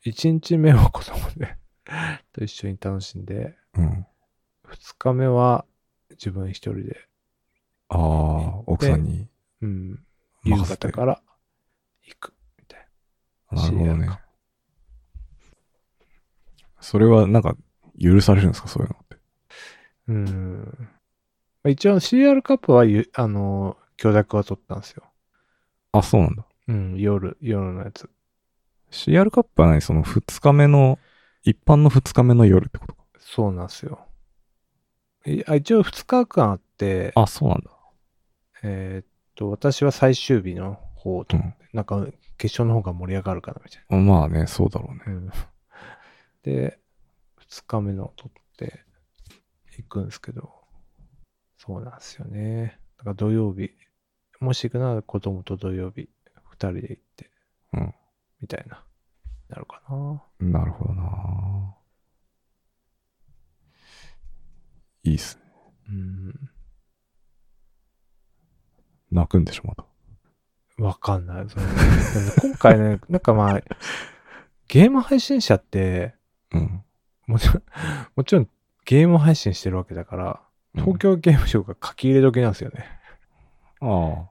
[SPEAKER 1] 1日目は子供で と一緒に楽しんで、
[SPEAKER 2] うん。
[SPEAKER 1] 2日目は自分一人で、
[SPEAKER 2] ああ、奥さんに
[SPEAKER 1] うん、夕
[SPEAKER 2] 任せて。
[SPEAKER 1] 方から行く、みたいな。
[SPEAKER 2] なるほ
[SPEAKER 1] 知り合
[SPEAKER 2] ど
[SPEAKER 1] い
[SPEAKER 2] ね
[SPEAKER 1] か。
[SPEAKER 2] それはなんか許されるんですかそういうのって。
[SPEAKER 1] うん。まあ一応 CR カップはゆ、あの、許諾は取ったんですよ。
[SPEAKER 2] あ、そうなんだ。
[SPEAKER 1] うん、夜、夜のやつ。
[SPEAKER 2] CR カップは何その2日目の、一般の2日目の夜ってことか。
[SPEAKER 1] そうなんですよ。いあ一応2日間あって、
[SPEAKER 2] あ、そうなんだ。
[SPEAKER 1] えーっと、私は最終日の方と、
[SPEAKER 2] うん
[SPEAKER 1] なんか決勝の方が盛り上がるかな、みたい
[SPEAKER 2] まあね、そうだろうね。
[SPEAKER 1] な。うんで、2日目のを取って、行くんですけど、そうなんですよね。だから土曜日、もし行くなら子供と土曜日、二人で行って、
[SPEAKER 2] うん
[SPEAKER 1] みたいな、なるかな。
[SPEAKER 2] なるほどな。いいっすね。
[SPEAKER 1] うん、
[SPEAKER 2] 泣くんでしょ、また。
[SPEAKER 1] わかんない。そのでも今回ね、 なんかまあ、ゲーム配信者って、
[SPEAKER 2] うん。
[SPEAKER 1] もちろん、もちろんゲーム配信してるわけだから、東京ゲームショウが書き入れ時なんですよね。
[SPEAKER 2] うん。あ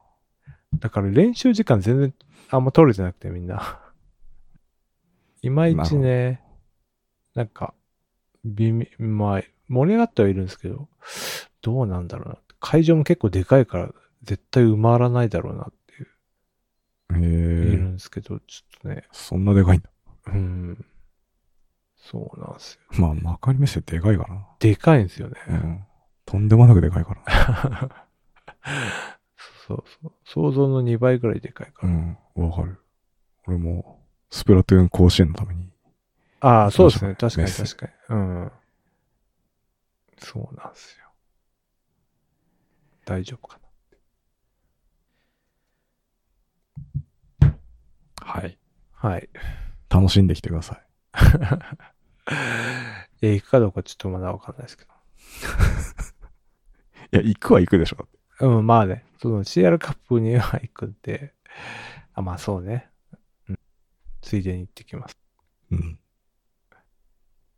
[SPEAKER 2] あ。
[SPEAKER 1] だから練習時間全然あんま取れてなくてみん な。いまいちね、なんか、微妙、まあ、盛り上がってはいるんですけど、どうなんだろうな。会場も結構でかいから、絶対埋まらないだろうなっていう、
[SPEAKER 2] へえ
[SPEAKER 1] いるんですけど、ちょっとね、
[SPEAKER 2] そんなでかいんだ。
[SPEAKER 1] うん。そうなんですよ。
[SPEAKER 2] まあ、幕張メッセでかいかな。
[SPEAKER 1] でかいんですよね。
[SPEAKER 2] うん。とんでもなくでかいからな。
[SPEAKER 1] そうそう。想像の2倍ぐらいでかいから。
[SPEAKER 2] うん。わかる。俺も、スプラトゥーン甲子園のために。
[SPEAKER 1] ああ、そうですね。
[SPEAKER 2] そ
[SPEAKER 1] 確
[SPEAKER 2] うそ
[SPEAKER 1] か
[SPEAKER 2] う
[SPEAKER 1] に確かに。うん。そうなんですよ。大丈夫かな。
[SPEAKER 2] はい。
[SPEAKER 1] はい。
[SPEAKER 2] 楽しんできてください。
[SPEAKER 1] え、行くかどうかちょっとまだわかんないですけ
[SPEAKER 2] いや、行くは行くでしょ。
[SPEAKER 1] ど。うん、まあね。その CR カップには行くんで。あ、まあそうね。うん。ついでに行ってきます。
[SPEAKER 2] うん。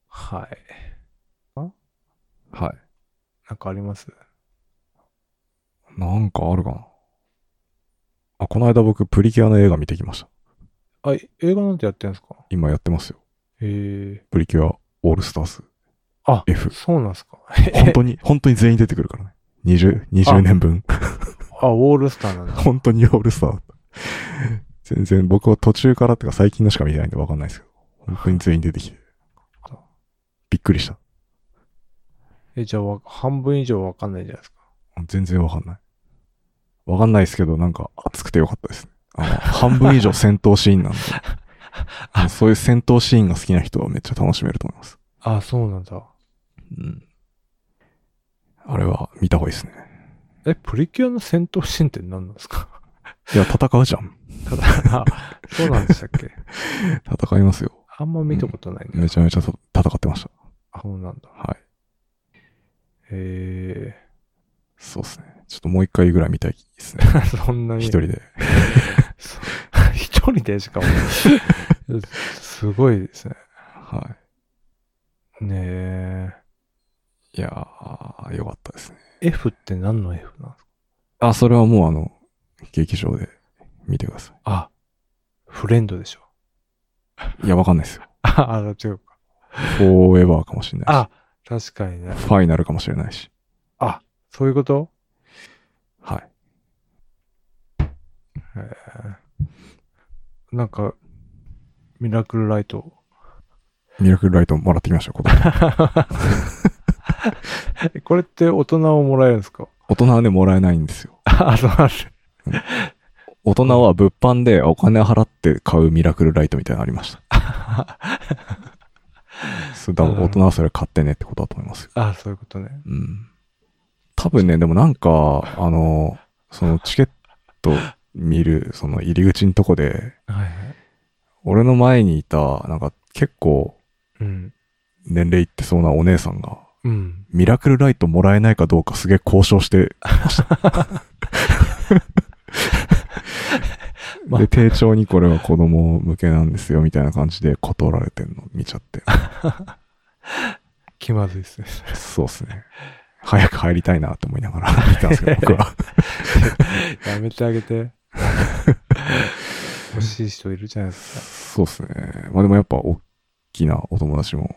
[SPEAKER 1] はい。
[SPEAKER 2] は
[SPEAKER 1] なんかあります
[SPEAKER 2] い。なんかあるかな。あ、この間僕、プリキュアの映画見てきました。
[SPEAKER 1] あ、映画なんてやってるんですか
[SPEAKER 2] 今やってますよ。
[SPEAKER 1] へえ。
[SPEAKER 2] プリキュア、オールスターズ。
[SPEAKER 1] あ
[SPEAKER 2] F。
[SPEAKER 1] そうなんですか
[SPEAKER 2] 本当に、本当に全員出てくるからね。20、20年分。
[SPEAKER 1] あ、オールスターなんだ。
[SPEAKER 2] 本当にオールスターだった。全然僕は途中からっていうか最近のしか見てないんでわかんないですけど。本当に全員出てきて。びっくりした。
[SPEAKER 1] え、じゃあわ、半分以上わかんないじゃないですか。
[SPEAKER 2] 全然わかんない。わかんないですけど、なんか熱くてよかったですね。あの、半分以上戦闘シーンなんで。 あのそういう戦闘シーンが好きな人はめっちゃ楽しめると思います。
[SPEAKER 1] あ、そうなんだ。
[SPEAKER 2] うん。あれは見た方がいいですね。
[SPEAKER 1] え、プリキュアの戦闘シーンって何なんですか
[SPEAKER 2] いや、戦うじゃん。
[SPEAKER 1] ただ、あそうなんでしたっけ
[SPEAKER 2] 戦いますよ。
[SPEAKER 1] あんま見たことないね。
[SPEAKER 2] めちゃめちゃと戦ってました。
[SPEAKER 1] あそうなんだ。
[SPEAKER 2] はい。
[SPEAKER 1] へ
[SPEAKER 2] そうですね。ちょっともう一回ぐらい見たいですね。
[SPEAKER 1] え。 そんなに。
[SPEAKER 2] 一人で。
[SPEAKER 1] そう。一人でしかも。 すごいですね。
[SPEAKER 2] は
[SPEAKER 1] ね
[SPEAKER 2] い。いやー、よかったですね。
[SPEAKER 1] え。F って何の F なんですか
[SPEAKER 2] あ、それはもうあの、劇場で見てくださ
[SPEAKER 1] あ、フレンドでしょ。
[SPEAKER 2] い。いや、わかんない ですよ。
[SPEAKER 1] あ、あ違うか。
[SPEAKER 2] フォーエバーかもしれないし。
[SPEAKER 1] あ、確かにね。
[SPEAKER 2] ファイナルかもしれないし。
[SPEAKER 1] あ、そういうこと
[SPEAKER 2] はい。
[SPEAKER 1] へえ。なんか、ミラクルライ ト。
[SPEAKER 2] ミラクルライトもらってきましたよ、子供
[SPEAKER 1] えこれって大人をもらえるんですか
[SPEAKER 2] 大人はね、もらえないんですよ。
[SPEAKER 1] あ、そうなんです。
[SPEAKER 2] 大人は物販でお金払って買うミラクルライトみたいなのありました。そうだから大人はそれ買ってねってことだと思いますよ。
[SPEAKER 1] あ、そういうことね。
[SPEAKER 2] うん。多分ね、でもなんか、あの、そのチケット見る、その入り口のとこで、
[SPEAKER 1] はいはい。
[SPEAKER 2] 俺の前にいた、なんか結構
[SPEAKER 1] うん。
[SPEAKER 2] 年齢いってそうなお姉さんが、
[SPEAKER 1] うん。
[SPEAKER 2] ミラクルライトもらえないかどうかすげえ交 渉してました
[SPEAKER 1] まあ
[SPEAKER 2] で、丁重にこれは子供向けなんですよ、みたいな感じで断られてんの見ちゃって。
[SPEAKER 1] 気まずいですね。
[SPEAKER 2] そうですね。早く入りたいなって思いながら 見てたんですけど、 僕は。
[SPEAKER 1] やめてあげ て。欲しい人いるじゃないですか。
[SPEAKER 2] そうですね。まあでもやっぱ大きなお友達も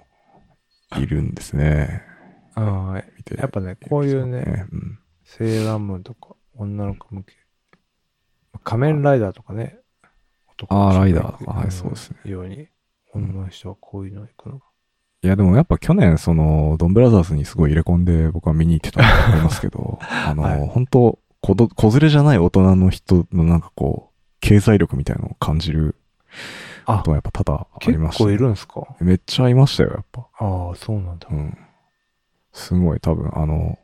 [SPEAKER 2] いるんですね。
[SPEAKER 1] ああ、
[SPEAKER 2] 見て。
[SPEAKER 1] やっぱね、こういうね、
[SPEAKER 2] うん。
[SPEAKER 1] セーラームーンとか、女の子向け。仮面ライダーとかね。男の人
[SPEAKER 2] あー
[SPEAKER 1] が
[SPEAKER 2] ライダーとか
[SPEAKER 1] 行く
[SPEAKER 2] はいそうですね
[SPEAKER 1] ように、
[SPEAKER 2] うん
[SPEAKER 1] 女の人はこういうの行くのが。
[SPEAKER 2] いや、でもやっぱ去年、その、ドンブラザーズにすごい入れ込んで、僕は見に行ってたと思いますけ ど、あの、
[SPEAKER 1] はい
[SPEAKER 2] 本当子ど、子連れじゃない大人の人のなんかこう、経済力みたいなのを感じる
[SPEAKER 1] あ
[SPEAKER 2] ことはやっぱ多々あり
[SPEAKER 1] 結
[SPEAKER 2] ました、
[SPEAKER 1] 構いるんですか
[SPEAKER 2] めっちゃいましたよ、やっぱ。
[SPEAKER 1] ああ、そうなんだ。
[SPEAKER 2] うん。すごい多分あの、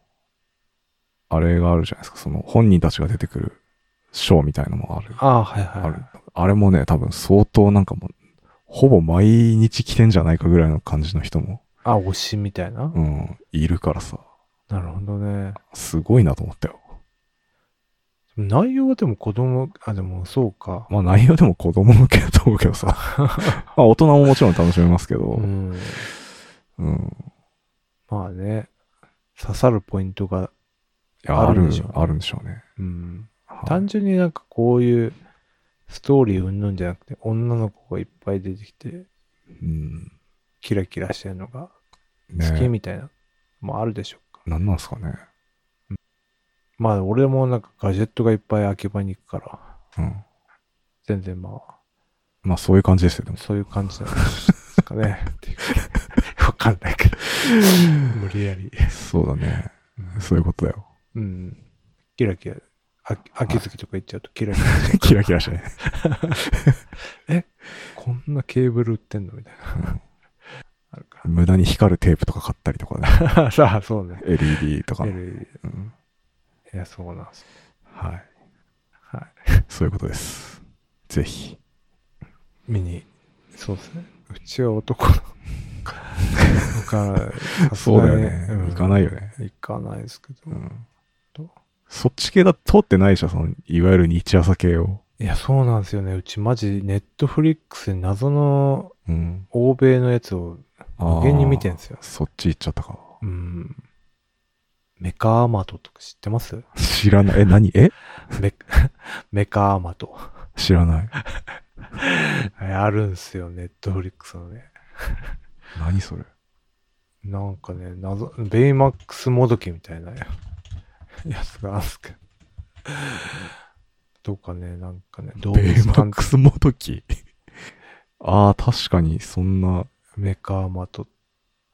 [SPEAKER 2] あれがあるじゃないですか、その本人たちが出てくるショーみたいのもある。
[SPEAKER 1] ああ、はいはい。
[SPEAKER 2] ある。あれもね、多分相当なんかもう、ほぼ毎日来てんじゃないかぐらいの感じの人も、
[SPEAKER 1] あ、推しみたいな。
[SPEAKER 2] うん、いるからさ、
[SPEAKER 1] なるほどね。
[SPEAKER 2] すごいなと思ったよ。
[SPEAKER 1] 内容はでも子供、あ、でもそうか。
[SPEAKER 2] まあ内容でも子供向けだと思うけど さ、まあ大人ももちろん楽しめますけど
[SPEAKER 1] う、ん。
[SPEAKER 2] うん。
[SPEAKER 1] まあね、刺さるポイントが、
[SPEAKER 2] いや、
[SPEAKER 1] あ
[SPEAKER 2] あ
[SPEAKER 1] るん
[SPEAKER 2] る
[SPEAKER 1] でしょうね、
[SPEAKER 2] あるんでしょうね。
[SPEAKER 1] うん。
[SPEAKER 2] はい
[SPEAKER 1] 単純になんかこういうストーリーうんぬんじゃなくて、女の子がいっぱい出てきて、
[SPEAKER 2] うん。
[SPEAKER 1] キラキラしてるのが好き
[SPEAKER 2] ね
[SPEAKER 1] みたいな、もあるでしょうか。
[SPEAKER 2] なんなんですかね。
[SPEAKER 1] まあ俺もなんかガジェットがいっぱい秋葉に行くから、
[SPEAKER 2] うん。
[SPEAKER 1] 全然まあ、
[SPEAKER 2] まあそういう感じですよ、でも。
[SPEAKER 1] そういう感じなんですか ね。っていうかわかんないけど。無理やり。
[SPEAKER 2] そうだね。そういうことだよ。
[SPEAKER 1] うん。キラキラ。あ秋月とか行っちゃうとキ ラキラ。
[SPEAKER 2] キラキラしてね。
[SPEAKER 1] こんなケーブル売ってんのみたいな。あるか
[SPEAKER 2] 無駄に光るテープとか買ったり とかね。
[SPEAKER 1] ら。さあ、そうね。
[SPEAKER 2] LED とか。
[SPEAKER 1] LED
[SPEAKER 2] うん
[SPEAKER 1] いや、そうなんですよ。
[SPEAKER 2] はい。
[SPEAKER 1] はい。
[SPEAKER 2] そういうことです。ぜひ。
[SPEAKER 1] 見にそうですねうちは男のから
[SPEAKER 2] そうだよね。行かないよね。
[SPEAKER 1] い行かないですけど、
[SPEAKER 2] うん
[SPEAKER 1] と
[SPEAKER 2] そっち系だと通ってないでしょ、その、いわゆる日朝系を。
[SPEAKER 1] いやそうなんですよねうちマジネットフリックスで謎の
[SPEAKER 2] うん。
[SPEAKER 1] 欧米のやつを無限に見てん
[SPEAKER 2] ん
[SPEAKER 1] ですよ
[SPEAKER 2] そっち行っちゃったか。
[SPEAKER 1] うんメカアマトとか知ってます
[SPEAKER 2] 知らない。え、何え
[SPEAKER 1] メ メカアマト
[SPEAKER 2] 知らない。
[SPEAKER 1] あるんすよネットフリックスのね
[SPEAKER 2] 何それ。
[SPEAKER 1] なんかね謎ベイマックスもどきみたいな やつがあるんですけどとかねなんかね動物
[SPEAKER 2] ベイマ
[SPEAKER 1] 監
[SPEAKER 2] ックスモドキ。 ああ、確かに、そんな、
[SPEAKER 1] メカアマト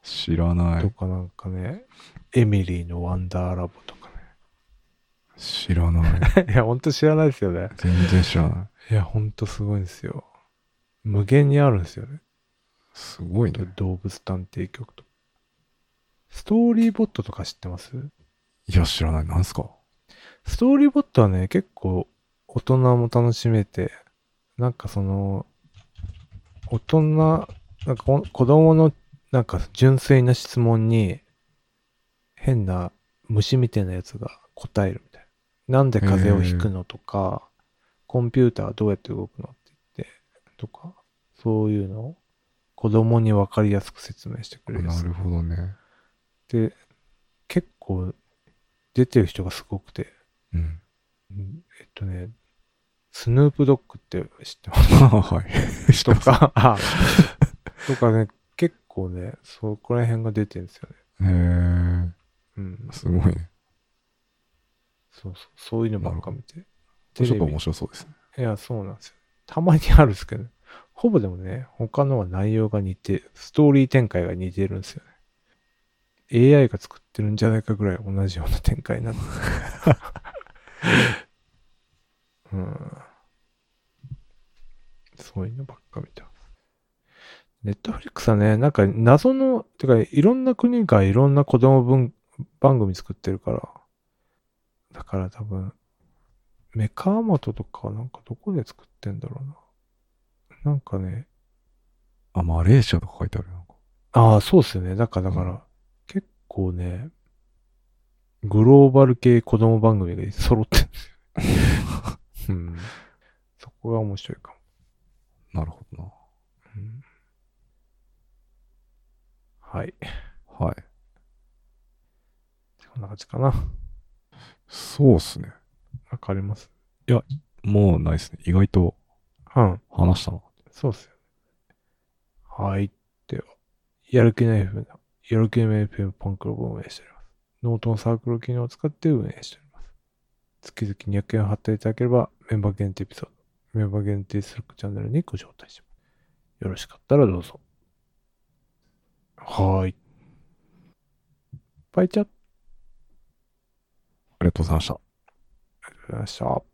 [SPEAKER 2] 知らな
[SPEAKER 1] と
[SPEAKER 2] い。
[SPEAKER 1] かなんかね、エミリーのワンダーラボとか
[SPEAKER 2] 知らな い。
[SPEAKER 1] ね。いや、ほんと知らないですよね。
[SPEAKER 2] 全然知らない。
[SPEAKER 1] いや、ほんとすごいんですよ。無限にあるんですよね。
[SPEAKER 2] すごいね。
[SPEAKER 1] 動物探偵局と。ストーリーボットとか知ってます
[SPEAKER 2] いや、知らない。なんすか
[SPEAKER 1] ストーリーボットはね、結構大人も楽しめて、なんかその、大人、なんかこ子供のなんか純粋な質問に、変な虫みたいなやつが答えるみたいな。なんで風邪をひくのとか、コンピューターはどうやって動くのって言って、とか、そういうのを子供に分かりやすく説明してくれるやつ
[SPEAKER 2] なるほどね。
[SPEAKER 1] で、結構出てる人がすごくて、
[SPEAKER 2] うん。
[SPEAKER 1] うんえっとね、スヌープドッグって知ってます
[SPEAKER 2] はい。
[SPEAKER 1] とか、あとかね、結構ね、そこら辺が出てるんですよね。
[SPEAKER 2] へえ、
[SPEAKER 1] うん。
[SPEAKER 2] すごいね。
[SPEAKER 1] そうそう、そういうのばっか見て。
[SPEAKER 2] ちょ
[SPEAKER 1] テ
[SPEAKER 2] っ
[SPEAKER 1] レ
[SPEAKER 2] と
[SPEAKER 1] ビ
[SPEAKER 2] 面白そうですね。
[SPEAKER 1] いや、そうなんですよ。たまにあるんですけど、ほぼでもね、他のは内容が似て、ストーリー展開が似てるんですよね。AI が作ってるんじゃないかぐらい同じような展開になってるうん。そういうのばっか見た。ネットフリックスはね、なんか謎の、てかいろんな国がいろんな子供文番組作ってるから、だから多分、メカアマトとかはなんかどこで作ってんだろうな。なんかね、
[SPEAKER 2] あ、マレーシアとか書いてあるよなんか
[SPEAKER 1] ああ、そうっすよね。だから、だから、
[SPEAKER 2] うん
[SPEAKER 1] 結構ね、グローバル系子供番組が揃ってるん ですよ。うん。そこが面白いかも。
[SPEAKER 2] なるほどな。
[SPEAKER 1] うんはい。
[SPEAKER 2] はい。
[SPEAKER 1] こんな感じかな。
[SPEAKER 2] そうっすね。
[SPEAKER 1] わかります。
[SPEAKER 2] もうないっすね。意外と
[SPEAKER 1] うん。
[SPEAKER 2] 話したな。
[SPEAKER 1] そうっすよね。はい。では、やる気ない FM だ。やる気ない FM パンクロブを運営しております。ノートのサークル機能を使って運営しております。月々200円を貼っていただければ、メンバー限定エピソード、メンバー限定スラックチャンネルにご招待します。よろしかったらどうぞ。はーい。バイチャッ
[SPEAKER 2] ありがとうございました。
[SPEAKER 1] トでした。